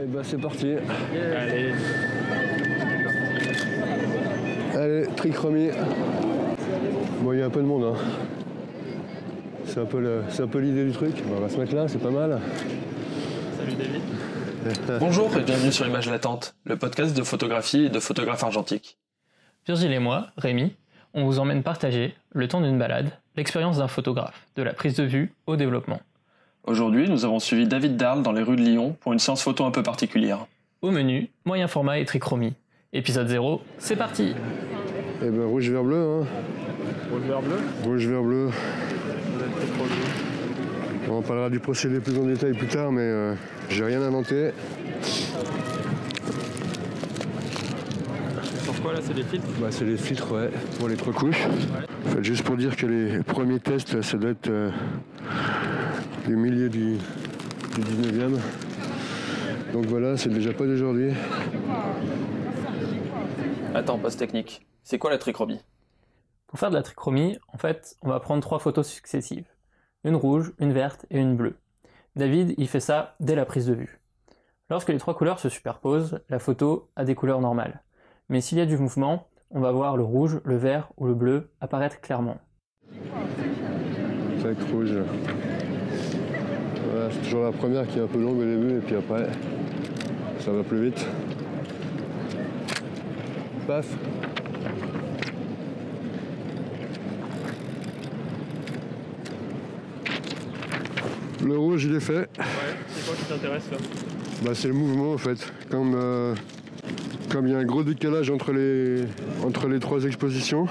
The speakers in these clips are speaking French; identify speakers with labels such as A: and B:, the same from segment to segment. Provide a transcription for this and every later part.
A: et bah c'est parti.
B: Allez,
A: Allez, trichromie. Bon, il y a un peu de monde. Hein. C'est un peu le- c'est un peu l'idée du truc. Bon, on va se mettre là, c'est pas mal.
B: salut David.
C: Bonjour et bienvenue sur Image Latente, le podcast de photographie et de photographes argentiques.
B: Virgile et moi, Rémi, on vous emmène partager, le temps d'une balade, l'expérience d'un photographe, de la prise de vue au développement.
C: Aujourd'hui, nous avons suivi David Darl dans les rues de Lyon pour une séance photo un peu particulière.
B: Au menu, moyen format et trichromie. Épisode 0, c'est parti
A: Et ben rouge, vert, bleu. Hein. Rouge, vert, bleu. Rouge, vert, bleu. On parlera du procédé plus en détail plus tard, mais euh, j'ai rien inventé.
B: Pourquoi là c'est des filtres
A: Bah, c'est les filtres, ouais, pour les trois couches. En fait, juste pour dire que les premiers tests, ça doit être euh, du milieu du, du 19e. Donc voilà, c'est déjà pas d'aujourd'hui.
C: Attends, pause technique. C'est quoi la trichromie
B: Pour faire de la trichromie, en fait, on va prendre trois photos successives. Une rouge, une verte et une bleue. David, il fait ça dès la prise de vue. Lorsque les trois couleurs se superposent, la photo a des couleurs normales. Mais s'il y a du mouvement, on va voir le rouge, le vert ou le bleu apparaître clairement.
A: Tac, rouge. Voilà, c'est toujours la première qui est un peu longue au début, et puis après, ça va plus vite. Paf Le rouge, il est fait.
B: C'est quoi qui t'intéresse là
A: Bah, c'est le mouvement en fait. Comme euh, comme il y a un gros décalage entre les, entre les trois expositions,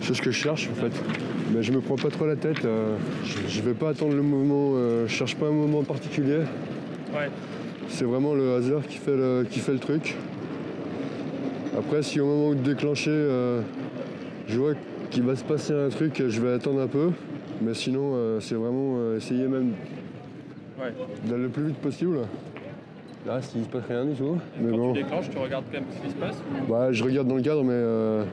A: c'est ce que je cherche en fait. Mais je me prends pas trop la tête. euh, je, je vais pas attendre le mouvement. euh, je cherche pas un moment particulier.
B: Ouais.
A: C'est vraiment le hasard qui fait le, qui fait le truc. Après, si au moment de déclencher, euh, je vois qu'il va se passer un truc, je vais attendre un peu. Mais sinon, euh, c'est vraiment euh, essayer même
D: Ouais.
A: d'aller le plus vite possible. Là, s'il se passe rien du tout. Mais
D: Quand
A: bon,
D: tu déclenches, tu regardes quand même ce qui se passe
A: bah, je regarde dans le cadre, mais euh,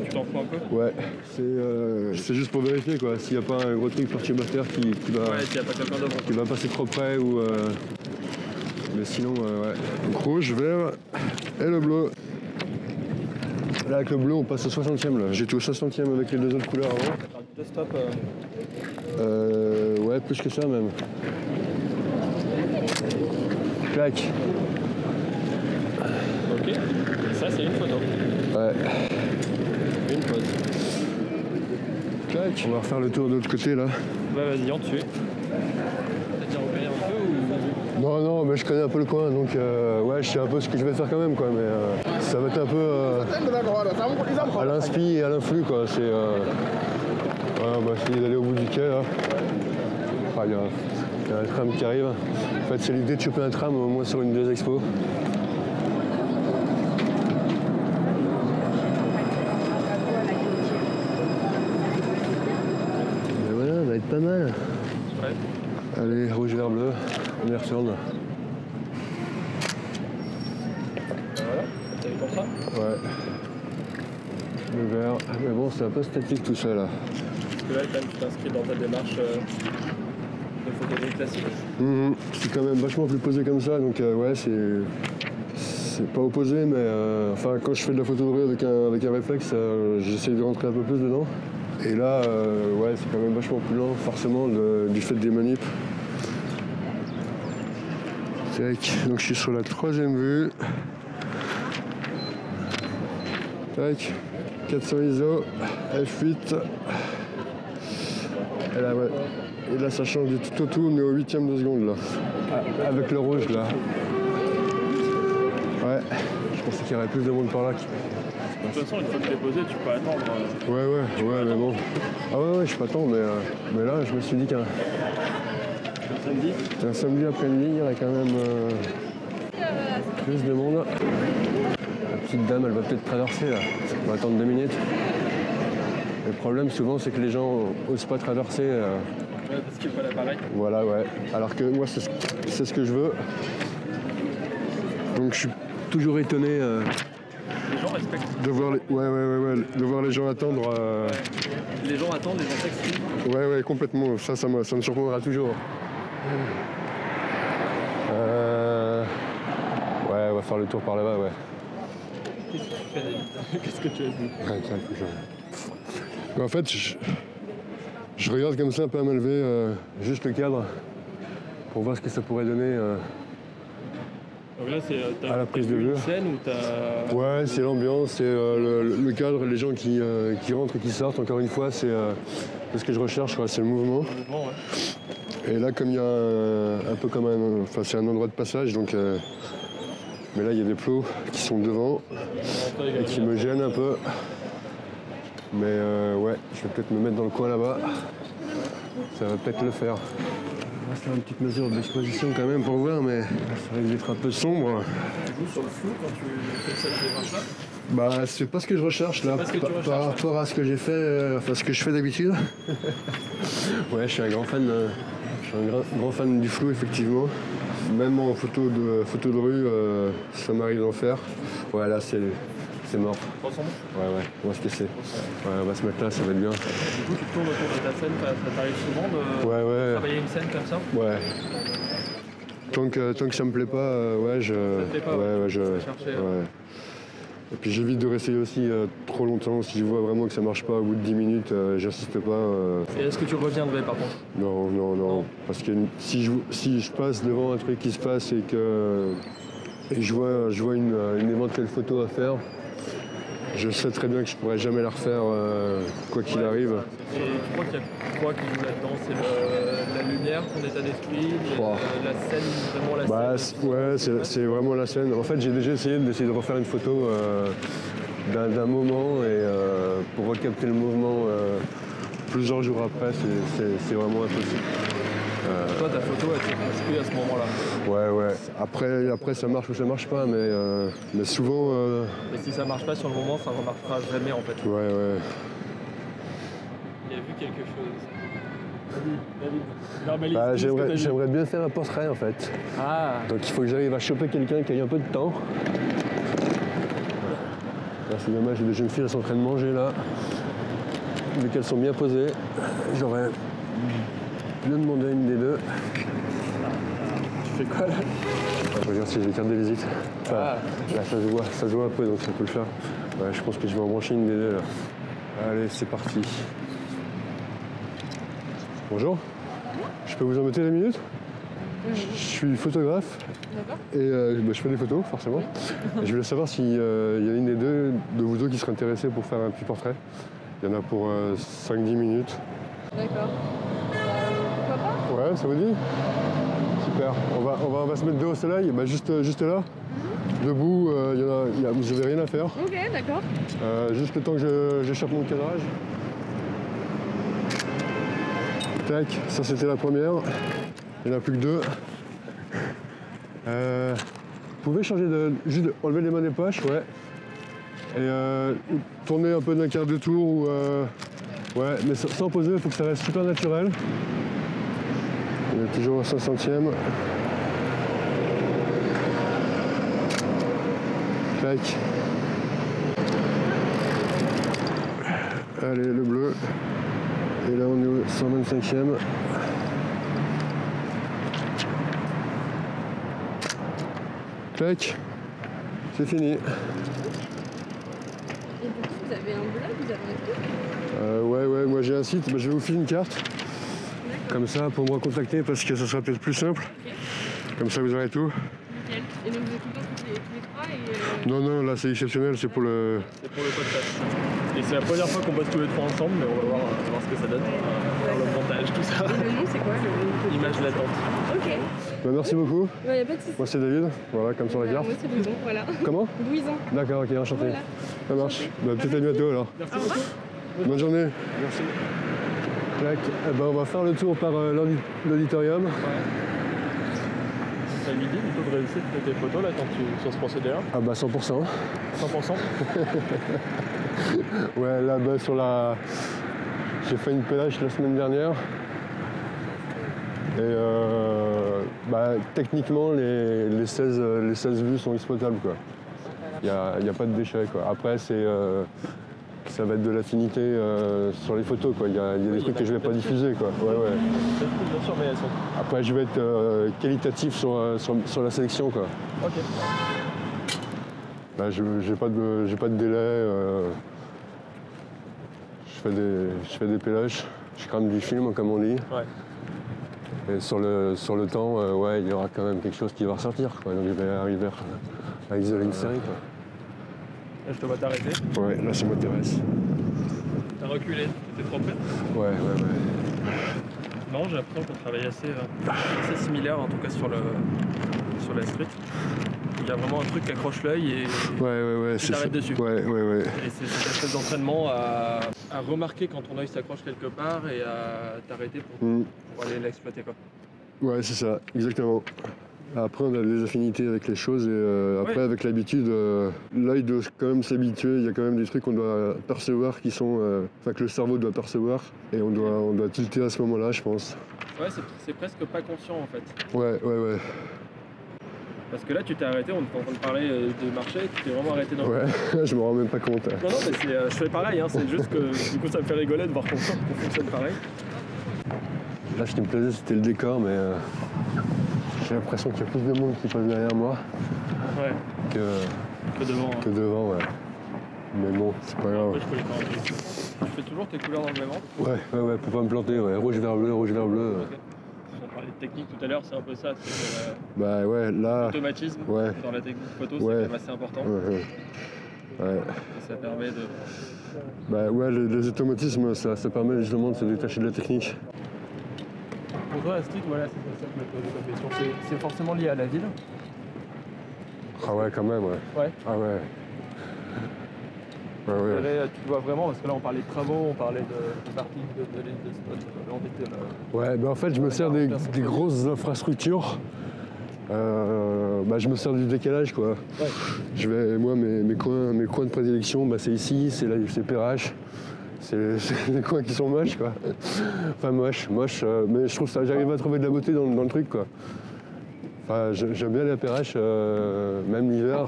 D: ou tu t'en fous un peu
A: ouais, c'est euh, c'est juste pour vérifier quoi. S'il n'y a pas un gros truc perturbateur qui, qui va,
D: s'il n'y a pas quelqu'un d'autre.
A: qui va passer trop près ou. euh, mais sinon, euh, ouais. Donc, rouge, vert et le bleu. Là, avec le bleu, on passe au 60e là. J'étais au 60e avec les deux autres couleurs avant.
D: Deux stops.
A: Euh, ouais, plus que ça même. Clac.
D: Ok. ça, c'est une photo.
A: Ouais.
D: Une pause.
A: Clac. On va refaire le tour de l'autre côté là.
D: Bah, vas-y, en tue. T'as déjà repéré un peu ou
A: Non, non, mais je connais un peu le coin, donc euh, ouais, je sais un peu ce que je vais faire quand même, quoi. Mais euh, ça va être un peu euh, à l'inspi et à l'influx, quoi. C'est. Euh, ouais, on va essayer d'aller au bout du quai, là. Ah, Il y, a- il y a un tram qui arrive. En fait, c'est l'idée de choper un tram, au moins sur une des expos. Mais voilà, on va être pas mal.
D: Ouais.
A: Allez, rouge, vert, bleu, on y retourne.
D: T'as vu ton ça
A: Ouais. Le vert. Mais bon, c'est un peu statique tout ça là.
D: Parce que là, quand même, tu t'inscris dans ta démarche euh, de photographe classique.
A: Mhm. C'est quand même vachement plus posé comme ça, donc euh, ouais, c'est. C'est pas opposé, mais euh, enfin, quand je fais de la photo de rue avec un, avec un réflexe, euh, j'essaie de rentrer un peu plus dedans. Et là, euh, ouais, c'est quand même vachement plus lent, forcément, de- du fait des manips. Tac. Donc je suis sur la troisième vue. Tac. 400 ISO, F8. Et là, ouais. Et là, ça change du tout au tout, mais au huitième de seconde, là. A- Avec le rouge, là. Ouais. Je pensais qu'il y aurait plus de monde par là. qui-
D: De toute façon, une fois que t'es posé, tu peux attendre. euh,
A: Ouais, ouais, ouais, mais bon. Ah ouais, ouais, je sais pas tant, mais, euh, mais là, je me suis dit qu'un
D: le samedi.
A: qu'un samedi après-midi, il y aurait quand même euh, plus de monde. La petite dame, elle va peut-être traverser, là. On va attendre deux minutes. Le problème, souvent, c'est que les gens osent pas traverser. euh,
D: Ouais, parce qu'il faut l'appareil.
A: Voilà, ouais. Alors que moi, c'est ce, c'est ce que je veux. Donc je suis toujours étonné euh,
D: Les gens respectent.
A: de, voir les... Ouais, ouais, ouais, ouais, de voir les gens attendre. euh,
D: Les gens attendent, les gens s'expriment.
A: Ouais, ouais, complètement. Ça, ça me, ça me surprendra toujours. Euh, va faire le tour par là-bas, ouais.
D: Qu'est-ce que tu as vu
A: Ouais, tiens, faut que je- Mais en fait, je, je regarde comme ça un peu à main levée, euh, juste le cadre, pour voir ce que ça pourrait donner. euh.
D: Donc là, c'est euh, t'as-
A: À la prise
D: t'as
A: de
D: vu
A: vue.
D: une scène où t'as.
A: Ouais, c'est l'ambiance, c'est euh, le, le cadre, les gens qui, euh, qui rentrent et qui sortent. Encore une fois, c'est euh, ce que je recherche, quoi, c'est le mouvement.
D: un mouvement, ouais.
A: Et là, comme il y a un, un peu comme un, enfin, c'est un endroit de passage, donc. euh, mais là, il y a des plots qui sont devant
D: Toi, il y a-
A: et qui me gênent un peu. Mais euh, ouais, je vais peut-être me mettre dans le coin là-bas. Ça va peut-être le faire. On va se faire une petite mesure d'exposition quand même pour voir, mais ça risque d'être un peu sombre.
D: Tu joues sur le flou quand tu fais cette démarche-là.
A: Bah, c'est pas ce que je recherche là,
D: pas ce que tu
A: par- par
D: recherches,
A: rapport à ce que j'ai fait, euh, enfin ce que je fais d'habitude. ouais, je suis un grand fan, euh, je suis un gra- grand, fan du flou effectivement. Même en photo de photo de rue, euh, ça m'arrive d'en faire. Ouais, là c'est c'est mort.
D: Ensemble.
A: Ouais, ouais, on va se laisser. Ouais, on va se mettre là, ça va être bien.
D: Du coup, tu tournes autour de ta scène, ça ça t'arrive souvent de
A: Ouais, ouais,
D: travailler une scène comme ça
A: ouais. Tant que, tant que ça me plaît pas, euh, ouais, je.
D: te plaît pas,
A: ouais, ouais, je.
D: faut chercher, hein.
A: ouais. Et puis j'évite de réessayer aussi euh, trop longtemps. Si je vois vraiment que ça marche pas au bout de 10 minutes, euh, j'insiste pas. euh,
D: Et est-ce que tu reviendrais par contre
A: non, non, non. Parce que si je, si je passe devant un truc qui se passe et que et que je vois, je vois une, euh, une éventuelle photo à faire, je sais très bien que je pourrais jamais la refaire euh, quoi qu'il
D: Ouais,
A: arrive.
D: Et tu crois qu'il y a quoi qui joue là-dedans C'est le- la lumière, ton état d'esprit, le-
A: Ouah.
D: la scène, vraiment la
A: Bah,
D: scène.
A: c'est- ouais, c'est c'est vraiment la scène. En fait, j'ai déjà essayé d'essayer de refaire une photo euh, d'un d'un moment et euh, pour recapter le mouvement euh, plusieurs jours après, c'est- c'est- c'est vraiment impossible.
D: Toi, ta photo, elle s'est construite à ce moment-là.
A: Ouais, ouais. Après, après ça marche ou ça marche pas, mais, euh, mais souvent. euh,
D: Et si ça marche pas sur le moment, ça ne remarquera jamais en fait.
A: ouais, ouais.
D: Il a vu quelque chose. David, David, normalise.
A: Bah,
D: tout ce que t'as
A: J'aimerais
D: vu.
A: j'aimerais bien faire un portrait en fait.
D: Ah,
A: Donc il faut que j'arrive à choper quelqu'un qui a eu un peu de temps. Là, c'est dommage, les deux jeunes filles elles sont en train de manger là. Vu qu'elles sont bien posées, j'aurais bien demandé à une des deux.
D: tu fais quoi là
A: Ah, Je regarde si j'ai les cartes de visite. Enfin,
D: Ah.
A: Là ça se voit, ça se voit un peu donc ça peut le faire. Ouais, je pense que je vais en brancher une des deux là. Allez, c'est parti. Bonjour. Je peux vous embêter deux minutes Je suis photographe
E: D'accord.
A: et euh, bah, je fais des photos forcément. Et je voulais savoir s'il y a une des deux de vous deux qui serait intéressée pour faire un petit portrait. Il y en a pour euh, 5-10 minutes.
E: D'accord. Euh, pourquoi pas
A: Ouais, ça vous dit Super. On va, on, va, on va se mettre deux au soleil, bah, juste, juste là. Debout, euh, il y en a- il y a- vous n'avez rien à faire.
E: Ok, d'accord.
A: Euh, juste le temps que je- j'échappe mon cadrage. Tac, ça c'était la première. Il n'y en a plus que deux. Euh, vous pouvez changer de. Juste de- enlever les mains des poches, ouais. Et euh, tourner un peu d'un quart de tour ou. euh, ouais, mais sans, sans poser, il faut que ça reste super naturel. On est toujours au 5 centième. Tac. Allez, le bleu. Et là, on est au 125e. Clac. C'est fini.
E: Et du coup, vous avez un blog, vous avez un truc
A: Euh, ouais, ouais, moi j'ai un site. Bah, je vais vous filer une carte. Comme ça, pour me recontacter, parce que ça sera peut-être plus simple. Comme ça, vous aurez tout.
E: Nickel. Et donc, vous occupez tous les, tous les trois et... euh,
A: Non, non, là, c'est exceptionnel. C'est pour le.
D: C'est pour le podcast. Et c'est la première fois qu'on bosse tous les trois ensemble, mais on va voir, on va voir ce que ça donne. Faire le montage, tout ça.
E: euh, Le nom, c'est quoi le...
D: Image latente.
E: Ok.
A: Bah, merci beaucoup.
E: Il n'y a pas de soucis.
A: Moi, c'est David. Voilà, comme sur la
E: Euh,
A: carte.
E: moi, c'est Louison, voilà.
A: Comment
E: Louison.
A: D'accord, ok, enchanté.
E: Voilà.
A: Ça marche. Bah, peut-être à bientôt alors.
E: Au revoir.
A: Bonne journée.
D: Merci.
A: Clac. Eh ben, on va faire le tour par euh, l'audi- l'auditorium.
D: Ça lui dit, du coup, de réussir de tes photos là quand tu, sur ce procédé-là
A: Ah bah 100%.
D: 100%
A: Ouais, là bas sur la... J'ai fait une pelage la semaine dernière. Et euh, bah, techniquement, les, les 16, euh, les 16 vues sont exploitables. quoi. Il n'y a, y a pas de déchets. Quoi. Après, c'est, euh, ça va être de l'affinité euh, sur les photos. Il y a, y a des trucs que je vais pas diffuser. Quoi. Ouais, ouais.
D: Bien sûr, mais elles sont.
A: Après, je vais être euh, qualitatif sur, euh, sur- sur la sélection. Quoi.
D: Ok.
A: Bah, je j'ai pas de j'ai pas de délai. euh, je fais des je fais des péloches, je crame du film comme on dit. Et sur le sur le temps, euh, ouais, il y aura quand même quelque chose qui va ressortir. quoi. Donc je vais arriver à, à isoler une série. Quoi.
D: Là, je te vois t'arrêter.
A: Ouais, là ça m'intéresse.
D: T'as reculé, t'étais trop près
A: Ouais, ouais, ouais.
D: Non, j'ai l'impression qu'on travaille assez, euh, assez similaire, en tout cas sur, le, sur la street. Il y a vraiment un truc qui accroche l'œil
A: Ouais,
D: et,
A: ouais, ouais.
D: Tu
A: c'est-
D: t'arrêtes dessus.
A: Ouais, ouais, ouais.
D: et c'est cette espèce d'entraînement à, à remarquer quand ton œil s'accroche quelque part et à t'arrêter pour,
A: Mm.
D: pour aller l'exploiter. Quoi.
A: Ouais, c'est ça, exactement. Après, on a des affinités avec les choses et euh, après,
D: Ouais.
A: avec l'habitude, euh, l'œil doit quand même s'habituer. Il y a quand même des trucs qu'on doit percevoir qui sont. euh, Enfin, que le cerveau doit percevoir et on doit, on doit tilter à ce moment-là, je pense.
D: Ouais, c'est, c'est presque pas conscient en fait.
A: Ouais, ouais, ouais.
D: Parce que là, tu t'es arrêté, on était en train de parler euh, de marché, tu t'es vraiment arrêté dans le
A: Ouais, je me rends même pas compte.
D: Non, non, mais c'est, euh, je fais pareil, hein, c'est juste que du coup ça me fait rigoler de voir qu'on qu'on fonctionne pareil.
A: Là, ce qui me plaisait, c'était le décor, mais euh, j'ai l'impression qu'il y a plus de monde qui passe derrière moi
D: Ouais,
A: que,
D: que devant. hein.
A: que devant, ouais. Mais bon, c'est pas grave.
D: Après, je connais pas en plus. Tu fais toujours tes couleurs dans le même ordre
A: Ouais, ouais, ouais, pour pas me planter, ouais. Rouge, vert, bleu, rouge, vert, bleu.
D: Ok. On parlait de technique tout à l'heure, c'est un peu ça, c'est euh,
A: Bah ouais, là.
D: l'automatisme
A: Ouais.
D: dans la technique photo,
A: Ouais.
D: c'est quand même assez important.
A: Ouais, ouais. Ouais.
D: Et ça permet de.
A: Bah ouais, les, les automatismes, ça, ça permet justement de se détacher de la technique.
D: Pour toi, la street, voilà, c'est ça que je me pose la question. C'est, forcément lié à la ville.
A: Ah ouais, quand même, ouais.
D: Ouais.
A: Ah ouais. Ouais, ouais.
D: Tu vois vraiment, parce que là on parlait de travaux, on parlait de, parking, de, de, spots,
A: Ouais, bah en fait, je me sers des, des grosses infrastructures. Euh, bah, je me sers du décalage, quoi.
D: Ouais.
A: Je vais, moi, mes, mes coins, mes coins de prédilection, bah, c'est ici, c'est là, c'est PRH. C'est c'est des coins qui sont moches, quoi. Enfin, moche, moche. euh, mais je trouve ça, j'arrive à trouver de la beauté dans, le- dans le truc, quoi. Enfin, je- j'aime bien les PRH, euh, même l'hiver,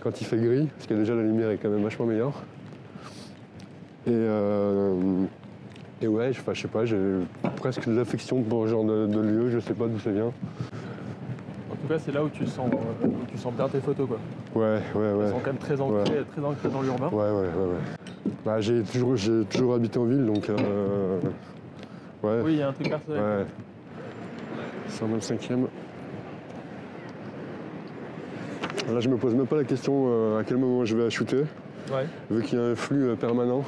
A: quand il fait gris, parce que déjà la lumière est quand même vachement meilleure. Et euh, et ouais, je, enfin, je sais pas, j'ai presque de l'affection pour ce genre de, de lieu, je sais pas d'où ça vient.
D: En tout cas, c'est là où tu sens, euh, où tu sens bien tes photos. Quoi.
A: Ouais, ouais, ouais.
D: quand même très
A: ancrées-
D: très ancrées dans l'urbain.
A: Ouais, ouais, ouais. ouais. Bah, j'ai toujours, j'ai toujours habité en ville, donc. euh, ouais.
D: Oui, il y a un truc personnel.
A: Ouais. 125e. Là, je me pose même pas la question euh, à quel moment je vais à shooter,
D: Ouais.
A: vu qu'il y a un flux euh, permanent.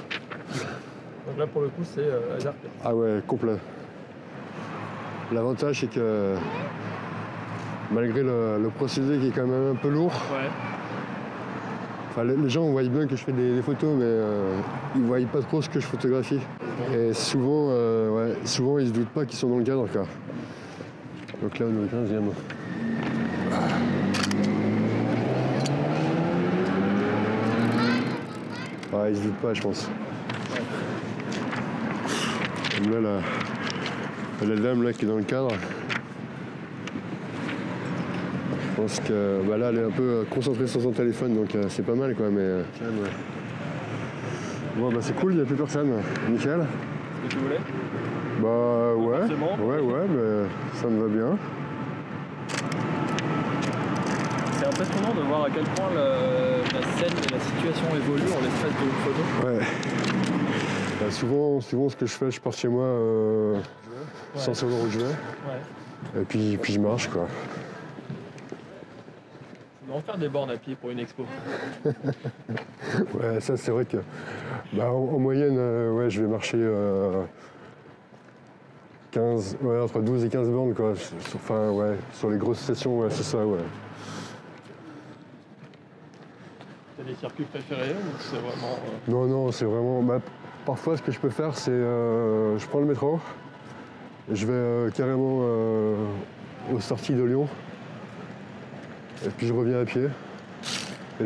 D: Donc là, pour le coup, c'est euh, hasard.
A: Ah ouais, complet. L'avantage, c'est que malgré le, le procédé qui est quand même un peu lourd,
D: Ouais.
A: Enfin, les les gens voient bien que je fais des, des photos, mais euh, ils voient pas trop ce que je photographie. Et souvent, euh, ouais, souvent ils se doutent pas qu'ils sont dans le cadre. Quoi. Donc là, on est au 15e. Ouais, Ah, ils se doutent pas, je pense. Comme là, la, la dame là, qui est dans le cadre. Je pense que bah là, elle est un peu euh, concentrée sur son téléphone, donc euh, c'est pas mal quoi, mais. euh, Bon, bah c'est cool, il n'y a plus personne. Nickel.
D: Ce que tu voulais.
A: Bah ouais.
D: forcément.
A: Ouais, ouais, mais ça me va bien.
D: C'est impressionnant de voir à quel point le- la scène et la situation évoluent en l'espace d'une photo.
A: Ouais. Bah, souvent, souvent, ce que je fais, je pars chez moi euh, sans savoir où je vais. Et puis, puis je marche quoi.
D: On va en faire des bornes à pied pour une expo.
A: Ouais, ça c'est vrai que. Bah, en, en moyenne, euh, ouais, je vais marcher euh, 15, ouais, entre 12 et 15 bornes quoi. Sur- sur- Enfin, ouais, sur les grosses sessions, ouais, c'est ça, ouais.
D: T'as des circuits préférés ou c'est vraiment. euh,
A: Non, non, c'est vraiment. bah, parfois, ce que je peux faire, c'est. euh, je prends le métro, et je vais euh, carrément euh, aux sorties de Lyon, et puis je reviens à pied, et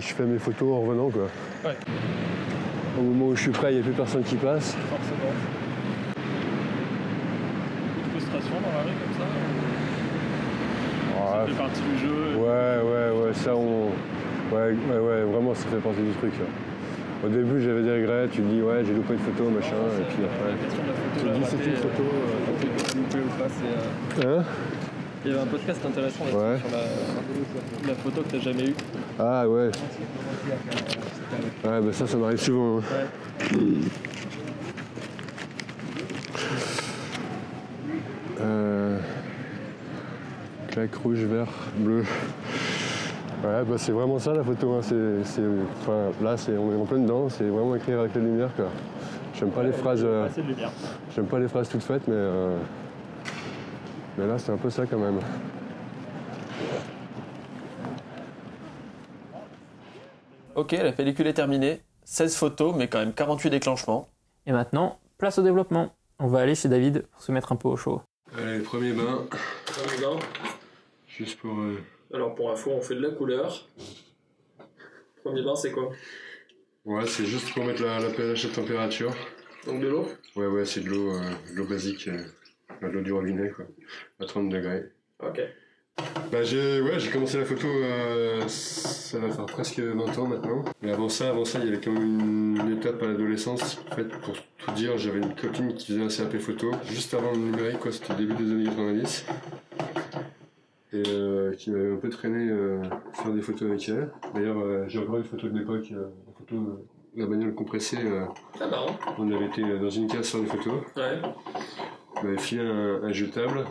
A: je fais mes photos en revenant, quoi.
D: Ouais.
A: Au moment où je suis prêt, il n'y a plus personne qui passe.
D: forcément. Une frustration dans la rue comme ça. Ça fait partie du jeu.
A: Ah, Ouais, ouais, ouais, ça on. Ouais, ouais, ouais, vraiment, ça fait partie du truc. là. Au début, j'avais des regrets, tu te dis, ouais, j'ai loupé une photo, machin, et puis
D: euh, La
A: après.
D: question de la
A: Tu te
D: photo, la
A: dis, c'est
D: ratée,
A: une
D: euh,
A: photo.
D: on fait que tu loupes ou pas, c'est, euh,
A: euh, Hein
D: Il y avait un podcast intéressant là-dessus,
A: Ouais.
D: sur la, la photo que t'as jamais eue.
A: Ah ouais. Ouais, bah ça, ça m'arrive souvent. hein. Euh, Claque rouge, vert, bleu. Ouais, bah c'est vraiment ça la photo. hein. C'est, c'est- enfin, là, c'est, on est en plein dedans. C'est vraiment écrire avec la lumière. Quoi. J'aime pas les phrases. euh,
D: Assez de lumière.
A: J'aime pas les phrases toutes faites, mais, euh, mais là c'est un peu ça quand même.
C: Ok, la pellicule est terminée. 16 photos, mais quand même 48 déclenchements.
B: Et maintenant, place au développement. On va aller chez David pour se mettre un peu au chaud.
A: Allez, premier bain, juste pour. euh,
D: Alors pour info, on fait de la couleur. Premier bain, c'est quoi
A: Ouais, c'est juste pour mettre la, la pH à température.
D: Donc de l'eau
A: Ouais, ouais, c'est de l'eau, euh, de l'eau basique, euh, de l'eau du robinet, quoi, à 30 degrés.
D: Ok.
A: Bah, j'ai, ouais, j'ai commencé la photo, euh, ça va faire presque 20 ans maintenant. Mais avant ça, avant ça, il y avait quand même une étape à l'adolescence. En fait, pour tout dire, j'avais une copine qui faisait un CAP photo, juste avant le numérique, quoi, c'était début des années 90. Et euh, qui m'avait un peu traîné euh, faire des photos avec elle. D'ailleurs, euh, j'ai encore une photo de l'époque, euh, la photo de la bagnole compressée. euh,
D: Ah marrant.
A: on avait été dans une case sur des photos.
D: Ouais.
A: On m'avait filé un, un jetable.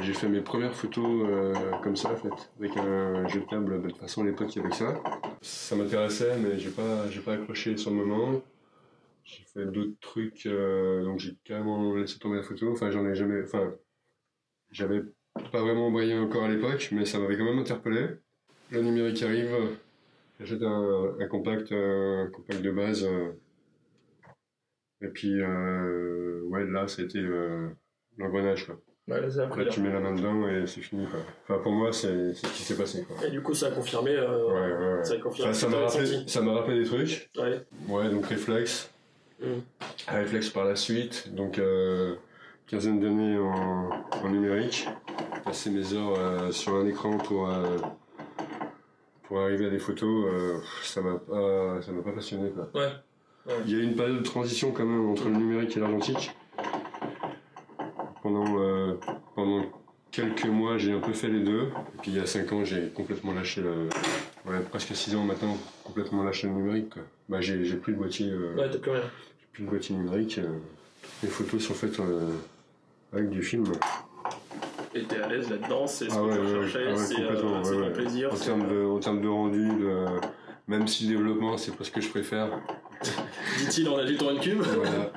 A: J'ai fait mes premières photos euh, comme ça, en fait, avec un jetable. Bah, De toute façon, à l'époque, il y avait que ça. Ça m'intéressait, mais j'ai pas, j'ai pas accroché sur le moment. J'ai fait d'autres trucs, euh, donc j'ai carrément laissé tomber la photo. Enfin, j'en ai jamais. Enfin, j'avais pas vraiment brillé encore à l'époque, mais ça m'avait quand même interpellé. Le numérique arrive. J'achète un, un compact, un compact de base. euh, et puis, euh, ouais, là, c'était euh, l'engrenage, quoi.
D: Ouais, ça a pris
A: Après, tu mets la main dedans et c'est fini, quoi. Enfin, pour moi, c'est c'est ce qui s'est passé, quoi.
D: Et du coup, ça a confirmé. euh,
A: Ouais, ouais, ouais.
D: Ça a confirmé.
A: Ça- ça
D: ce que
A: m'a
D: t'avais
A: rappelé,
D: senti.
A: ça m'a rappelé des trucs.
D: Ouais.
A: Ouais, donc réflexe.
D: Mm.
A: Réflexe par la suite. Donc, euh, quinzaine d'années en, en numérique. Passer mes heures euh, sur un écran pour, euh, pour arriver à des photos, euh, ça m'a pas, ça m'a pas passionné, quoi.
D: Ouais. Ouais.
A: Il y a eu une période de transition quand même entre le numérique et l'argentique. Pendant, euh, pendant quelques mois, j'ai un peu fait les deux. Et puis il y a 5 ans, j'ai complètement lâché le. Ouais, presque 6 ans maintenant, complètement lâché le numérique. Quoi. Bah, j'ai j'ai plus de boîtier, euh,
D: Ouais, t'as plus rien.
A: j'ai plus de boîtier numérique. euh. les photos sont faites euh, avec du film.
D: Et t'es à l'aise là-dedans, c'est ce
A: Ah
D: que
A: ouais,
D: tu
A: ouais,
D: recherchais,
A: ah ouais,
D: c'est euh,
A: complètement,
D: c'est
A: ouais,
D: ton
A: ouais.
D: plaisir.
A: En
D: c'est-
A: termes de, en termes de rendu, de- même si le développement, c'est pas ce que je préfère,
D: Dit-il en agitant une cube.
A: Voilà.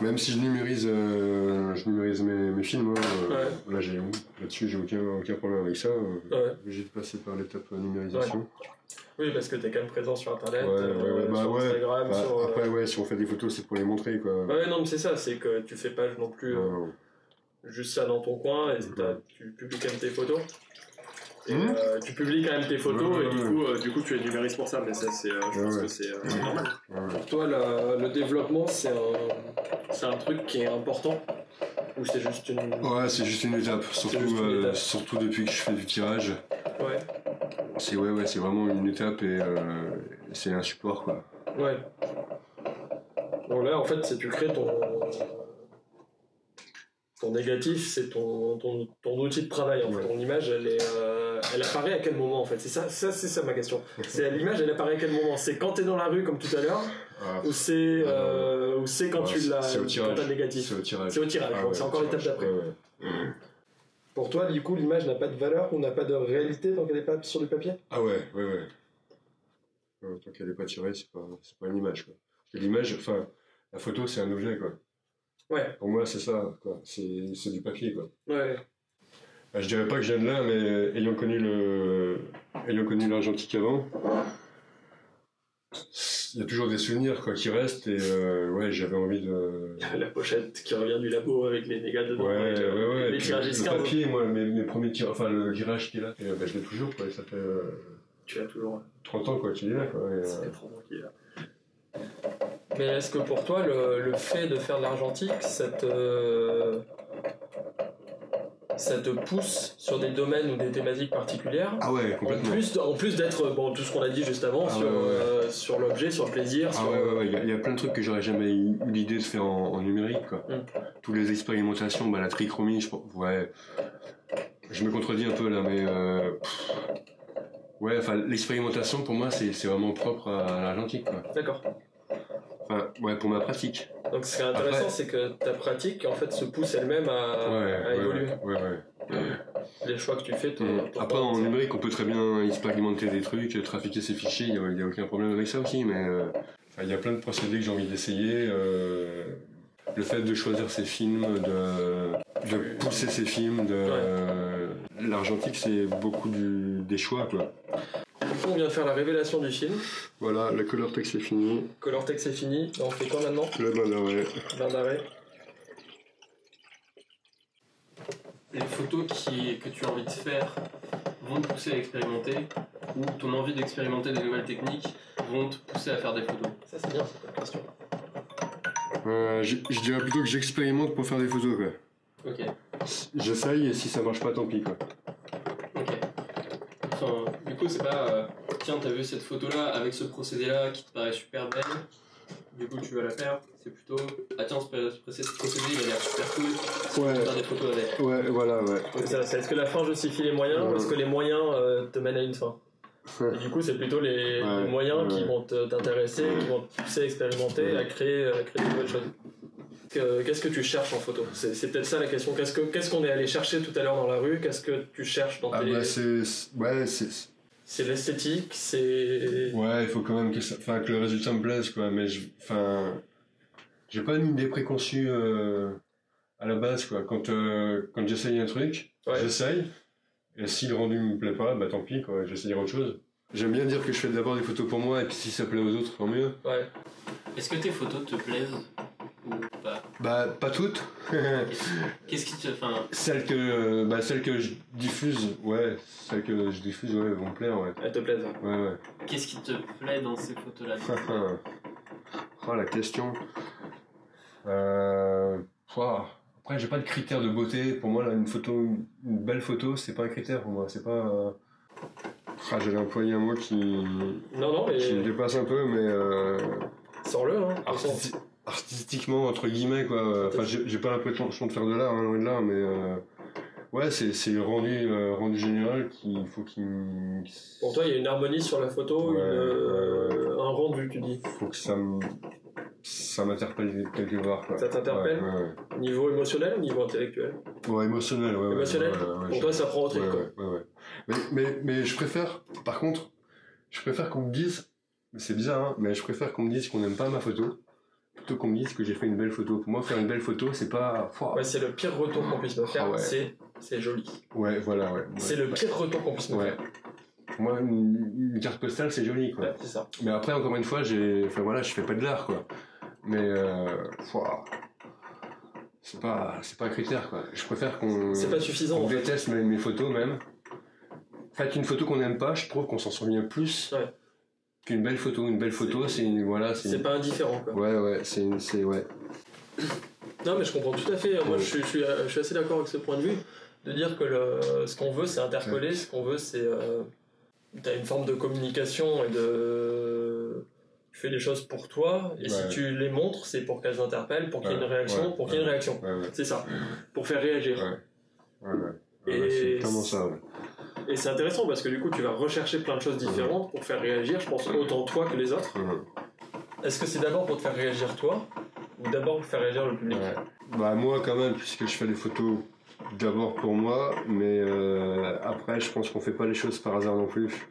A: Même si je numérise, euh, je numérise mes, mes films, hein, euh, là j'ai là-dessus j'ai aucun, aucun problème avec ça. euh,
D: Ouais.
A: Obligé de passer par l'étape euh, numérisation.
D: Oui, parce que t'es quand même présent sur internet,
A: Ouais,
D: euh,
A: ouais, ouais, bah
D: sur
A: ouais.
D: Instagram,
A: Bah,
D: sur. euh,
A: après ouais, si on fait des photos c'est pour les montrer quoi.
D: Ouais, non, mais c'est ça, c'est que tu fais pas non plus euh,
A: Euh,
D: juste ça dans ton coin
A: Mhm.
D: et t'as- tu publies quand même tes photos. Et,
A: Hmm.
D: euh, tu publies quand même tes photos
A: Ouais,
D: et
A: ouais,
D: du
A: ouais.
D: coup, euh, du coup, tu es numériste pour ça, mais ça, c'est, euh, je
A: Ouais,
D: pense
A: ouais.
D: que c'est euh, c'est normal.
A: ouais.
D: Toi, la- le développement, c'est un, c'est un truc qui est important ou c'est juste une.
A: Ouais, c'est juste une étape. Surtout,
D: juste une
A: euh,
D: étape.
A: surtout depuis que je fais du tirage,
D: Ouais,
A: c'est ouais, ouais, c'est vraiment une étape et euh, c'est un support quoi.
D: ouais. Donc là, en fait, c'est tu crées ton. Ton négatif, c'est ton, ton, ton outil de travail. En fait.
A: Ouais.
D: Ton image, elle, est, euh, elle apparaît à quel moment en fait C'est ça, ça c'est ça ma question. C'est l'image, elle apparaît à quel moment C'est quand t'es dans la rue comme tout à l'heure
A: Ah,
D: ou c'est euh, ou c'est quand
A: ouais,
D: tu l'as
A: c'est au
D: quand t'as
A: tirage.
D: le négatif
A: C'est au tirage.
D: C'est au tirage,
A: Ah
D: donc
A: ouais,
D: c'est encore l'étape
A: tirage.
D: d'après.
A: Ouais, ouais. Ouais.
D: Pour toi, du coup, l'image n'a pas de valeur ou n'a pas de réalité tant qu'elle est pas sur du papier
A: Ah ouais, ouais, ouais. Ouais, tant qu'elle n'est pas tirée, c'est pas, c'est pas une image, quoi. Parce que l'image, enfin, la photo, c'est un objet, quoi.
D: Ouais.
A: Pour moi, c'est ça, quoi. C'est c'est du papier, quoi.
D: Ouais.
A: Bah, je dirais pas que je viens de là, mais euh, ayant connu le, ayant connu l'argentique avant, il y a toujours des souvenirs, quoi, qui restent, et euh, ouais, j'avais envie de...
D: La pochette qui revient du labo avec les dégâts dedans.
A: Ouais, ouais,
D: avec, euh,
A: ouais.
D: Les
A: puis
D: tirages
A: le
D: escarres,
A: papier, moi, mes, mes premiers tirages, enfin, le tirage qui est là, et, euh, bah, je l'ai toujours, quoi, et ça fait euh,
D: Tu l'as toujours.
A: 30 ans, quoi, qu'il est là, quoi. et, euh,
D: Ça fait 30 ans qu'il est là. Mais est-ce que pour toi, le, le fait de faire de l'argentique, ça
F: euh,
D: te. Ça te pousse sur des domaines ou des thématiques particulières
A: Ah ouais,
D: En
A: complètement.
D: plus, en plus d'être bon, tout ce qu'on a dit juste avant
A: Ah
D: sur,
A: ouais, ouais, ouais.
D: euh, sur l'objet, sur le plaisir,
A: Ah
D: sur.
A: ouais, ouais, ouais, il y a- il y, a plein de trucs que j'aurais jamais eu eu l'idée de faire en, en numérique, quoi.
D: Mm.
A: Toutes les expérimentations, bah, la trichromie, je pense, ouais. je me contredis un peu là, mais euh, pff, ouais, enfin l'expérimentation pour moi c'est c'est vraiment propre à l'argentique. quoi.
F: D'accord.
A: Enfin, ouais, pour ma pratique.
F: Donc ce qui est intéressant,
A: Après-
F: c'est que ta pratique, en fait, se pousse elle-même à,
A: Ouais,
F: à
A: ouais,
F: évoluer.
A: ouais, ouais, ouais.
F: Les choix que tu fais,
A: Mm.
F: ton- ton
A: Après, en
F: corps,
A: numérique, on peut très bien expérimenter des trucs, trafiquer ses fichiers, il n'y a, aucun problème avec ça aussi, mais euh, enfin, il y a plein de procédés que j'ai envie d'essayer. euh, le fait de choisir ses films, de, de pousser ses films, de euh, l'argentique, c'est beaucoup du- des choix, quoi.
F: Du coup, on vient de faire la révélation du film.
A: Voilà, la couleur texte est finie.
F: Color Text est fini. On fait quoi maintenant
A: Là, ben là, ouais.
F: Bain d'arrêt. Les photos qui, que tu as envie de faire vont te pousser à expérimenter ou ton envie d'expérimenter des nouvelles techniques vont te pousser à faire des photos. Ça c'est bien, c'est pas question.
A: Euh, je je dirais plutôt que j'expérimente pour faire des photos, quoi.
F: Ok,
A: J'essaye et si ça marche pas, tant pis, quoi.
F: ok. Enfin, du coup c'est pas euh, tiens t'as vu cette photo là avec ce procédé là qui te paraît super belle, du coup tu vas la faire, c'est plutôt ah tiens ce pré- ce procédé il a l'air super cool,
A: Ouais,
F: tu vas faire des photos avec.
A: ouais, voilà, ouais.
F: Donc, c'est ça, est-ce que la fin justifie les moyens ou est-ce que les moyens euh, te mènent à une fin Et du coup, c'est plutôt les,
A: Ouais,
F: les moyens
A: ouais.
F: qui vont te- t'intéresser, qui vont te pousser à expérimenter, à créer, à créer de nouvelles choses. Que- Qu'est-ce que tu cherches en photo C'est c'est peut-être ça la question. Qu'est-ce que- qu'est-ce qu'on est allé chercher tout à l'heure dans la rue Qu'est-ce que tu cherches dans
A: Ah,
F: tes...
A: bah, c'est. c'est- Ouais, c'est.
F: c'est l'esthétique, c'est...
A: Ouais, il faut quand même que, ça- enfin, que le résultat me plaise, quoi. Mais je, enfin, j'ai pas une idée préconçue euh, à la base, quoi. Quand, euh, quand j'essaye un truc,
F: Ouais.
A: j'essaye. Et si le rendu me plaît pas, bah tant pis, quoi. J'essayerai autre chose. J'aime bien dire que je fais d'abord des photos pour moi, et puis si ça plaît aux autres, tant mieux.
F: Ouais.
G: Est-ce que tes photos te plaisent ou pas
A: Bah, pas toutes.
G: Qu'est-ce qui te. Enfin,
A: celles que, euh, bah, celles que je diffuse, ouais. Celles que je diffuse, ouais, vont me plaire, ouais.
F: Elle te plaise.
A: Ouais, ouais.
G: qu'est-ce qui te plaît dans ces photos-là
A: oh la question. Euh, ouah. Après, j'ai pas de critère de beauté. Pour moi, là, une photo, une belle photo, c'est pas un critère pour moi. C'est pas. euh, Ah, j'allais employer un mot qui,
F: Non, non, mais
A: qui me dépasse un peu, mais euh,
F: sors-le. Hein,
A: artisti- artistiquement entre guillemets quoi. Enfin, j'ai j'ai pas l'impression de faire de l'art, hein, loin de là, mais euh, ouais, c'est c'est le rendu euh, rendu général qu'il faut qu'il me-
F: Pour toi, il y a une harmonie sur la photo,
A: Ouais,
F: une, euh,
A: ouais,
F: un rendu, tu dis.
A: faut que ça me- ça m'interpelle quelque part quoi.
F: Ça t'interpelle
A: Ouais, ouais, ouais.
F: Niveau émotionnel ou niveau intellectuel
A: Bon, émotionnel, ouais. ouais,
F: Émotionnel
A: ouais, ouais, ouais,
F: Pour
A: je-
F: toi, ça prend au trip,
A: ouais,
F: quoi.
A: ouais, ouais, ouais. Mais, mais, mais je préfère, par contre, je préfère qu'on me dise, c'est bizarre, hein, mais je préfère qu'on me dise qu'on n'aime pas ma photo, plutôt qu'on me dise que j'ai fait une belle photo. Pour moi, faire une belle photo, c'est pas. Pouah.
F: Ah Ouais, c'est le pire retour qu'on puisse me faire,
A: Ah ouais.
F: c'est c'est joli.
A: Ouais, voilà, ouais. ouais.
F: C'est le pire retour qu'on puisse me
A: Ouais.
F: faire.
A: Pour moi, une, une carte postale, c'est joli, quoi.
F: Ouais, c'est ça.
A: Mais après, encore une fois, j'ai. Enfin voilà, je fais pas de l'art, quoi. Mais. Euh, pouah. c'est pas, c'est pas un critère, quoi. Je préfère qu'on.
F: C'est pas suffisant.
A: On
F: en fait.
A: déteste mes, mes photos même. Faites une photo qu'on n'aime pas, je trouve qu'on s'en souvient plus
F: Ouais.
A: qu'une belle photo. Une belle photo, c'est une. Voilà, c'est
F: C'est
A: une-
F: pas indifférent, quoi.
A: Ouais, ouais, c'est une. C'est, ouais.
F: Non, mais je comprends tout à fait. Moi,
A: Ouais.
F: je, suis- je suis, je suis assez d'accord avec ce point de vue. De dire que le- ce qu'on veut, c'est interpeller. Ce qu'on veut, c'est. euh, T'as une forme de communication et de. Tu fais les choses pour toi. Et si
A: Ouais.
F: tu les montres, c'est pour qu'elles interpellent, pour qu'il y ait une
A: Ouais,
F: réaction,
A: ouais,
F: pour qu'il y ait une
A: ouais.
F: réaction.
A: Ouais, ouais.
F: C'est ça. Pour faire réagir.
A: Ouais. Ouais, ouais.
F: Et
A: Ouais, c'est tellement ça, ouais.
F: Et c'est intéressant parce que du coup, tu vas rechercher plein de choses différentes pour faire réagir, je pense, autant toi que les autres.
A: Mhm.
F: Est-ce que c'est d'abord pour te faire réagir toi ou d'abord pour faire réagir le public
A: Ouais. Bah moi quand même, puisque je fais les photos d'abord pour moi, mais euh, après je pense qu'on fait pas les choses par hasard non plus.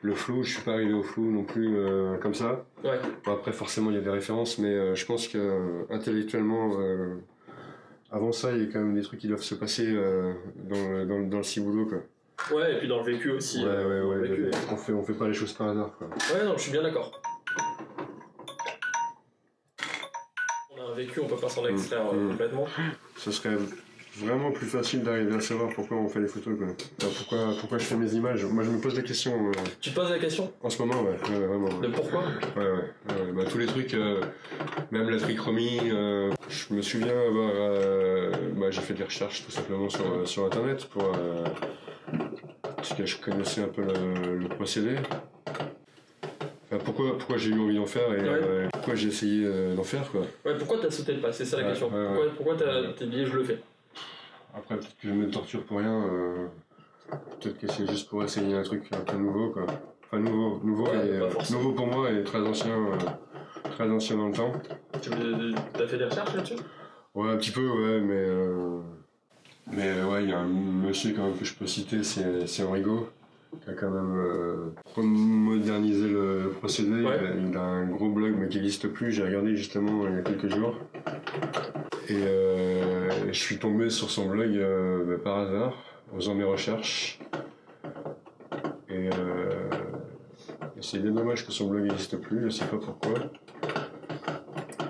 A: Le flou, je suis pas arrivé au flou non plus euh, comme ça.
F: Ouais.
A: Bon, après forcément il y a des références, mais euh, je pense que euh, intellectuellement, euh, avant ça il y a quand même des trucs qui doivent se passer euh, dans, le- dans, le- dans le ciboulot quoi.
F: Ouais, et puis dans le vécu aussi.
A: Ouais ouais ouais,
F: vécu.
A: ouais, on fait on fait pas euh, les choses par hasard quoi.
F: Ouais, non, je suis bien d'accord. On a un vécu, on peut pas s'en extraire euh,
A: Mhm.
F: complètement.
A: Ce serait vraiment plus facile d'arriver à savoir pourquoi on fait les photos quoi. Enfin, pourquoi pourquoi je fais mes images. Moi je me pose la question. euh,
F: Tu te poses la question
A: En ce moment, ouais, ouais, ouais, vraiment.
F: de
A: Ouais,
F: pourquoi
A: ouais, ouais, ouais. Bah, tous les trucs, euh, même la trichromie, euh, je me souviens avoir. euh, bah, j'ai fait des recherches tout simplement sur, euh, sur internet pour. euh, parce que je connaissais un peu le, le procédé. Enfin, pourquoi pourquoi j'ai eu envie d'en faire et
F: Ouais.
A: euh, pourquoi j'ai essayé euh, d'en faire, quoi.
F: Ouais, pourquoi t'as sauté le pas C'est ça la
A: Ouais,
F: question.
A: ouais, ouais.
F: Pourquoi, pourquoi t'as- t'es dit je le fais
A: Après, peut-être que je me torture pour rien. euh, Peut-être que c'est juste pour essayer un truc un peu nouveau, quoi. Enfin, nouveau, nouveau,
F: Ouais,
A: et,
F: pas
A: euh,
F: forcément.
A: nouveau pour moi et très ancien, euh, très ancien dans le temps.
F: Tu as fait des recherches là-dessus
A: Ouais, un petit peu, ouais, mais. euh, Mais euh, ouais, il y a un monsieur quand même que je peux citer, c'est c'est Enrico, qui a quand même euh, modernisé le procédé.
F: Ouais.
A: Il, a, il a un gros blog, mais qui n'existe plus. J'ai regardé justement il y a quelques jours. Et euh, je suis tombé sur son blog euh, bah, par hasard, en faisant mes recherches. Et euh, c'est bien dommage que son blog n'existe plus, je sais pas pourquoi.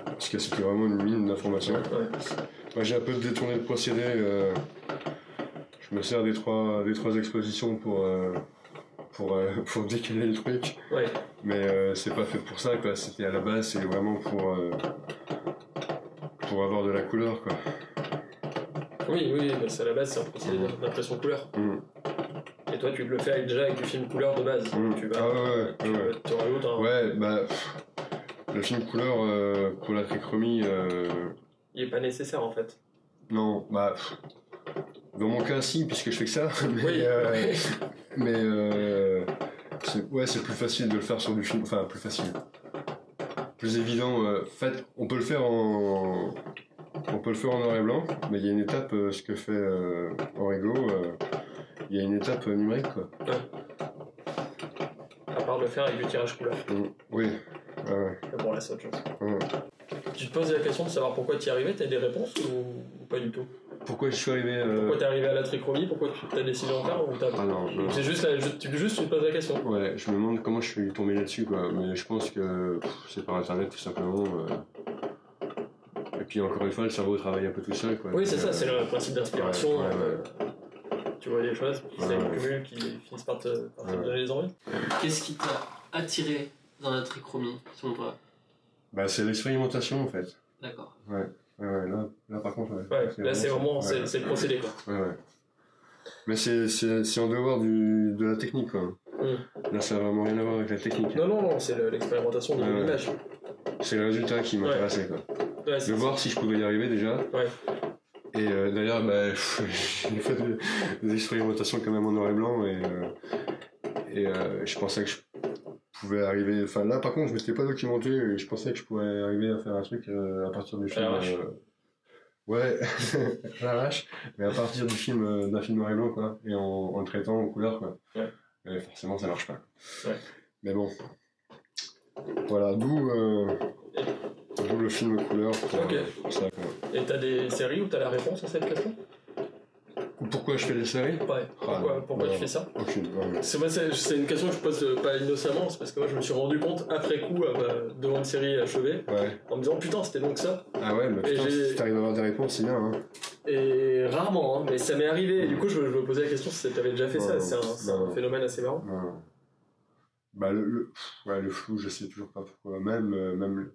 A: Parce que c'était vraiment une mine d'informations. Moi, j'ai un peu détourné le procédé. euh, je me sers des trois, des trois expositions pour, euh, pour, euh, pour décaler le truc.
F: Ouais.
A: Mais euh, c'est pas fait pour ça, quoi. C'était à la base, c'est vraiment pour, euh, pour avoir de la couleur, quoi.
F: Oui, oui, mais c'est à la base, c'est un procédé d'impression couleur.
A: Mm.
F: Et toi, tu le fais avec- déjà avec du film couleur de base.
A: Mm.
F: Tu vas.
A: Ah ouais,
F: tu
A: ouais,
F: vas-
A: ouais.
F: t'auras l'autre, hein.
A: Ouais, bah. Le film couleur euh, pour la trichromie, euh,
F: Il est pas nécessaire en fait.
A: non, bah. pff, Dans mon cas, si, puisque je fais que ça. Mais,
F: Oui.
A: euh, Mais euh, c'est- ouais, c'est plus facile de le faire sur du film. Enfin, plus facile. Plus évident. euh, en fait, on peut le faire en. On peut le faire en noir et blanc, mais il y a une étape, euh, ce que fait euh, Origo, euh, il y a une étape euh, numérique, quoi.
F: À part le faire avec du tirage couleur.
A: Mm. Oui. Ouais, ouais.
F: Mais bon, là, c'est autre chose.
A: Mm.
F: Tu te poses la question de savoir pourquoi tu y arrivais, t'as des réponses ou, ou pas du tout
A: Pourquoi je suis arrivé. euh,
F: Pourquoi t'es arrivé à la trichromie Pourquoi tu t'as décidé d'en faire ou t'as-
A: Ah non, non.
F: C'est juste, la- ju- tu, juste tu te poses la question.
A: Ouais, je me demande comment je suis tombé là-dessus, quoi. Mais je pense que pff, c'est par internet, tout simplement. euh. Et puis, encore une fois, le cerveau travaille un peu tout seul, quoi.
F: Oui, c'est
A: Mais,
F: ça,
A: euh,
F: c'est le principe d'inspiration.
A: ouais, ouais, ouais.
F: euh, Tu vois des choses, qui
A: Ouais, ouais.
F: s'accumulent, qui finissent par te, par te
A: Ouais.
F: donner les envies.
B: Qu'est-ce qui t'a attiré dans la trichromie, selon toi
A: Bah, c'est l'expérimentation, en fait.
B: D'accord.
A: Ouais, ouais, là, là, par contre, ouais.
F: Ouais, là, c'est vraiment
A: ça.
F: c'est c'est le procédé. Quoi.
A: Ouais, ouais. Mais c'est, c'est, c'est en dehors du, de la technique, quoi. Là, ça n'a vraiment rien à voir avec la technique.
F: Mm. Non, non, non, c'est le- l'expérimentation de
A: Ouais, ouais.
F: l'image.
A: C'est le résultat qui m'intéressait, quoi.
F: Ouais, c'est-
A: De voir si je pouvais y arriver déjà.
F: Ouais.
A: Et euh, d'ailleurs, bah, j'ai fait des, des expérimentations quand même en noir et blanc et, euh, et euh, je pensais que je pouvais arriver. Enfin, là par contre, je m'étais pas documenté et je pensais que je pouvais arriver à faire un truc euh, à partir du film.
F: l'arrache.
A: euh, ouais, à l'arrache, mais à partir du film euh, d'un film noir et blanc quoi, et en, en le traitant en couleur quoi.
F: Ouais.
A: Mais forcément, ça marche pas.
F: Ouais.
A: Mais bon. Voilà, d'où. euh, d'où le film couleur pour,
F: Ok.
A: euh, pour ça, quoi.
F: Et t'as des séries où t'as la réponse à cette question
A: Pourquoi je fais des séries Ah,
F: Ouais. Pourquoi, pourquoi tu fais ça
A: Aucune. ouais.
F: C'est moi, c'est c'est une question que je pose euh, pas innocemment, c'est parce que moi je me suis rendu compte après coup, euh, bah, devant une série achevée,
A: Ouais.
F: en me disant putain c'était donc ça.
A: Ah ouais, mais
F: Et
A: putain,
F: j'ai-
A: si t'arrives à avoir des réponses, c'est bien. Hein.
F: Et rarement, hein, mais ça m'est arrivé. Et du coup, je, me- je me posais la question si t'avais déjà fait ça.
A: Ouais,
F: C'est un, c'est un
A: ouais.
F: phénomène assez marrant.
A: Ouais. Bah, le, le- pff, ouais, le flou, je sais toujours pas pourquoi. Même, euh, même, le-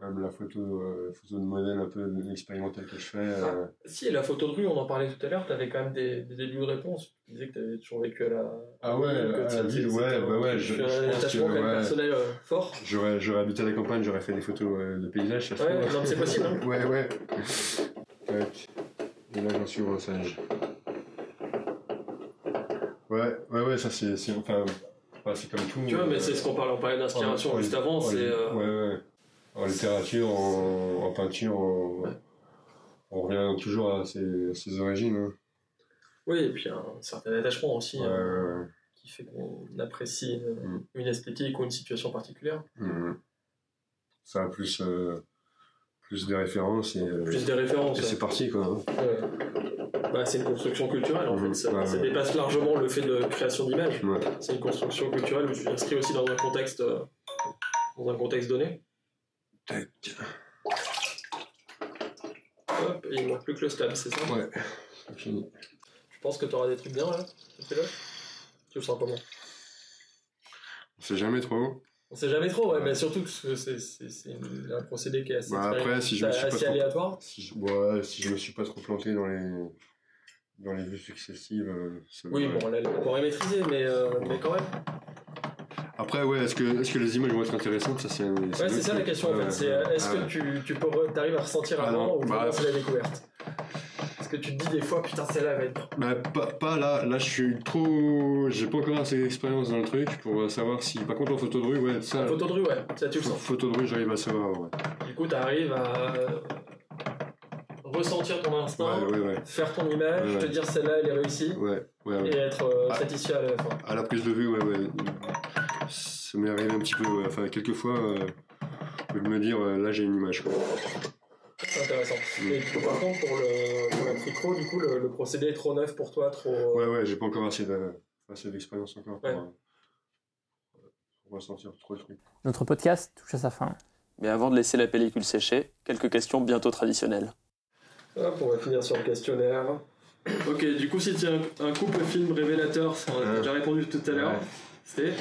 A: même la photo, euh, photo de modèle un peu expérimentale que je fais. euh,
F: Si, et la photo de rue, on en parlait tout à l'heure, t'avais quand même des, des débuts de réponse. Tu disais que t'avais toujours vécu à la.
A: Ah ouais,
F: que
A: à la
F: c'était-
A: ville, ouais,
F: c'était
A: bah ouais, je,
F: un
A: je pense que
F: euh, attachement quand même
A: ouais,
F: personnel euh, fort.
A: j'aurais, j'aurais habité à la campagne, j'aurais fait des photos euh, de paysages, ça se
F: Ouais,
A: trouve.
F: non, mais c'est possible, hein.
A: ouais, ouais. Tac. Et là, j'en suis au sage. Ouais, ouais, ouais, ça c'est. c'est enfin, ouais, c'est comme tout.
F: Tu vois, mais
A: euh,
F: c'est ce qu'on parlait, on parlait d'inspiration
A: en- en-
F: juste avant.
A: en-
F: C'est. euh,
A: Ouais, ouais. En littérature, en, en peinture, en-
F: Ouais.
A: on revient toujours à ses, ses origines. hein.
F: Oui, et puis un certain attachement aussi.
A: Ouais,
F: hein.
A: ouais, ouais.
F: qui fait qu'on apprécie une,
A: Mm.
F: une esthétique ou une situation particulière.
A: Mhm. Ça a plus, euh, plus des références et, euh,
F: Plus des
A: et
F: références.
A: c'est parti quoi. hein.
F: ouais. Bah, c'est une construction culturelle en
A: Mm.
F: fait. Ça,
A: Ouais,
F: ça
A: ouais.
F: dépasse largement le fait de création d'images.
A: Ouais.
F: C'est une construction culturelle où tu t'inscris aussi dans un contexte, euh, dans un contexte donné.
A: Tac.
F: Hop, et il manque plus que le stab, c'est ça
A: Ouais. C'est fini.
F: Tu penses que tu auras des trucs bien là Fais-le. Tu le sens comment
A: On sait jamais trop.
F: On sait jamais trop, ouais,
A: Ouais.
F: mais surtout que c'est- c'est c'est- c'est une- un procédé qui est assez,
A: Bah, après, si je me suis pas
F: assez
A: trop-
F: aléatoire.
A: Si je, ouais, si je me suis pas trop planté dans les, dans les vues successives, euh, ça
F: Oui,
A: devrait.
F: bon, là, on pourrait maîtriser, mais, euh, mais quand même.
A: Après, ouais, est-ce que, est-ce que les images vont être intéressantes Ça, c'est Euh,
F: Ouais, c'est euh, ça la
D: euh,
F: question en fait. C'est euh, est-ce que tu, tu peux, arrives à ressentir
A: Ah
F: avant
A: non,
F: ou
A: bah,
F: vraiment c'est la découverte
D: Parce que tu te dis des fois, putain, celle-là elle va être pro.
A: Bah, pas, pas là, là je suis trop. J'ai pas encore assez d'expérience dans le truc pour euh, savoir si. Par contre en photo de rue, ouais, ça.
D: La photo de rue, ouais, ça tu le
A: photo-
D: sens.
A: Photo de rue, j'arrive à savoir, ouais.
D: Du coup, t'arrives à euh, ressentir ton instinct,
A: Ouais, ouais, ouais.
D: faire ton image,
A: Ouais, ouais.
D: te dire celle-là elle est réussie
A: Ouais, ouais, ouais.
D: et être euh,
A: Ah.
D: satisfait à la fin.
A: À la prise de vue, ouais, ouais. Ça m'est arrivé un petit peu, ouais. Enfin, quelques fois, euh, je peux me dire, euh, là j'ai une image, quoi.
D: C'est intéressant.
A: Mm.
D: Et du coup, par contre, pour le, pour la tricot, du coup, le, le procédé est trop neuf pour toi, trop.
A: Ouais, ouais, j'ai pas encore assez de- assez d'expérience encore pour,
D: Ouais.
A: euh, pour ressentir trop le truc.
B: Notre podcast touche à sa fin.
H: Mais avant de laisser la pellicule sécher, quelques questions bientôt traditionnelles.
D: Hop, on va Ah, finir sur le questionnaire.
F: Ok, du coup, si tu as un, un couple film révélateur, ça, on a
A: Ouais.
F: déjà répondu tout à l'heure.
A: Ouais.
F: C'était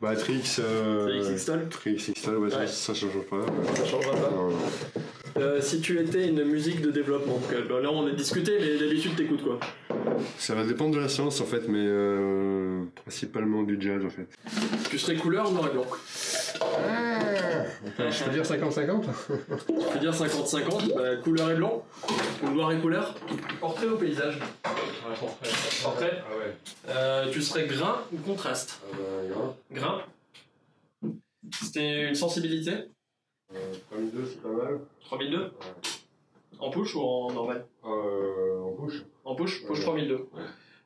A: Bah, Trix. Euh...
F: Félix Extol.
A: Trix Extol, ouais, ça,
F: Ouais.
A: ça change pas. ouais.
D: Ça changera pas.
A: Non, non.
F: Euh, si tu étais une musique de développement, donc, euh, bah, là on a discuté, mais d'habitude t'écoutes quoi
A: Ça va dépendre de la séance en fait, mais euh, principalement du jazz en fait.
F: Tu serais couleur ou noir et blanc
A: je peux dire 50-50
F: Tu peux dire 50-50, bah, couleur et blanc Ou noir et couleur Portrait ou paysage Portrait
A: Ah ouais.
F: Euh, Tu serais grain ou contraste
A: Ah bah, grave.
F: Grain C'était une sensibilité
A: Euh, 32, c'est pas mal.
F: 3002 En push ou en normal
A: Euh, en bouche
F: En push Push
A: Ouais.
F: 3002.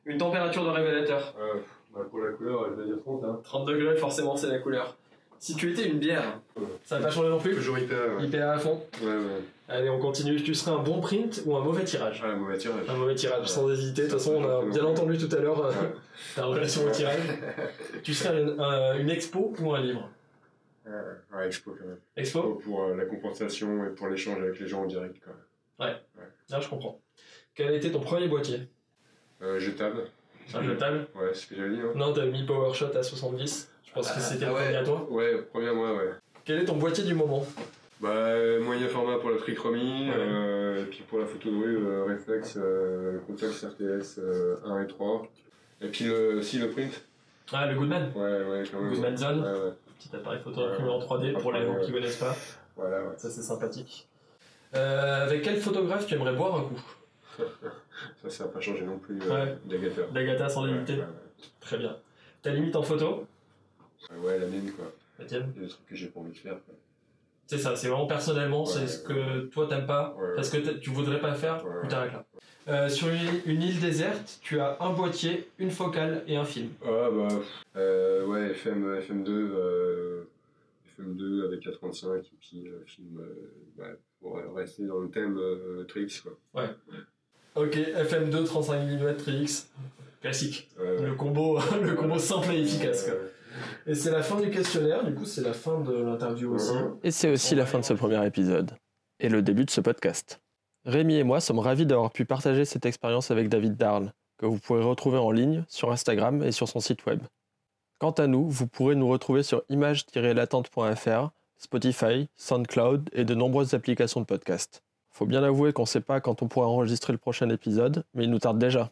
F: Une température de révélateur
A: euh, bah, Pour la couleur, je vais dire 30. Hein.
F: 30 degrés, forcément, c'est la couleur. Si tu étais une bière, ça n'a pas changé non plus
A: Toujours hyper. Ouais,
F: Hyper à fond.
A: ouais. ouais.
D: Allez, on continue. Tu serais un bon print ou un mauvais tirage
A: Ah, mauvais tirage.
D: Un mauvais tirage, sans hésiter. De toute façon, on a bien entendu tout à l'heure euh,
A: Ouais.
D: ta relation au tirage. Tu serais une, un- une expo ou un livre
A: Euh, ouais, je peux quand même.
D: Expo
A: Pour, pour, euh, la compensation et pour l'échange avec les gens en direct. Quoi.
D: Là, Ah, je comprends. Quel a été ton premier boîtier
A: Euh, jetable.
D: Un jetable
A: Ouais, c'est ce que j'avais dit. Hein.
D: Non, t'as mis PowerShot à 70. Je pense que c'était
A: Ah
D: le premier à toi.
A: Ouais, premier mois, ouais.
D: Quel est ton boîtier du moment
A: Bah, euh, moyen format pour la trichromie,
D: Ouais.
A: euh, et puis pour la photo de rue, euh, réflexe, euh, contexte RTS euh, 1 et 3. Et puis le, si le print
D: Ah, le Goodman.
A: Ouais, ouais, quand même.
D: Goodman
A: Ouais,
D: Zone,
A: ouais,
D: petit appareil photo imprimé en 3D pour les gens qui connaissent pas.
A: voilà, ouais.
D: Ça, c'est sympathique. Euh, avec quel photographe tu aimerais boire un coup
A: Ça, ça n'a pas changé non plus, euh,
D: Ouais.
A: d'agateur.
D: D'Agata sans
A: Ouais,
D: limiter.
A: ouais, ouais.
D: Très bien. Ta limite en photo
A: Ouais, ouais, la mienne, quoi.
D: La tienne
A: Il y a des trucs que j'ai pas envie de faire. quoi.
D: C'est ça, c'est vraiment personnellement,
A: Ouais,
D: c'est
A: ouais.
D: ce que toi t'aimes pas,
A: Ouais, ouais.
D: parce que t'as- tu voudrais pas faire,
A: Ouais,
D: ou t'arrêtes là. Euh, sur une, une île déserte, tu as un boîtier, une focale et un film.
A: Ah, bah, euh, ouais, FM, FM2, euh, FM2 avec A35, et puis euh, film, euh, bah, pour euh, rester dans le thème euh, Trix, quoi.
D: Ok, FM2 35 mm 3X, classique.
A: Ouais, ouais.
D: Le combo, le combo simple et efficace. quoi.
A: Euh,
D: Et c'est la fin du questionnaire, du coup c'est la fin de l'interview aussi.
H: Et c'est aussi la fin de ce premier épisode, et le début de ce podcast. Rémi et moi sommes ravis d'avoir pu partager cette expérience avec David Darl, que vous pourrez retrouver en ligne sur Instagram et sur son site web. Quant à nous, vous pourrez nous retrouver sur image-latente.fr, Spotify, SoundCloud et de nombreuses applications de podcast. Faut bien avouer qu'on sait pas quand on pourra enregistrer le prochain épisode, mais il nous tarde déjà.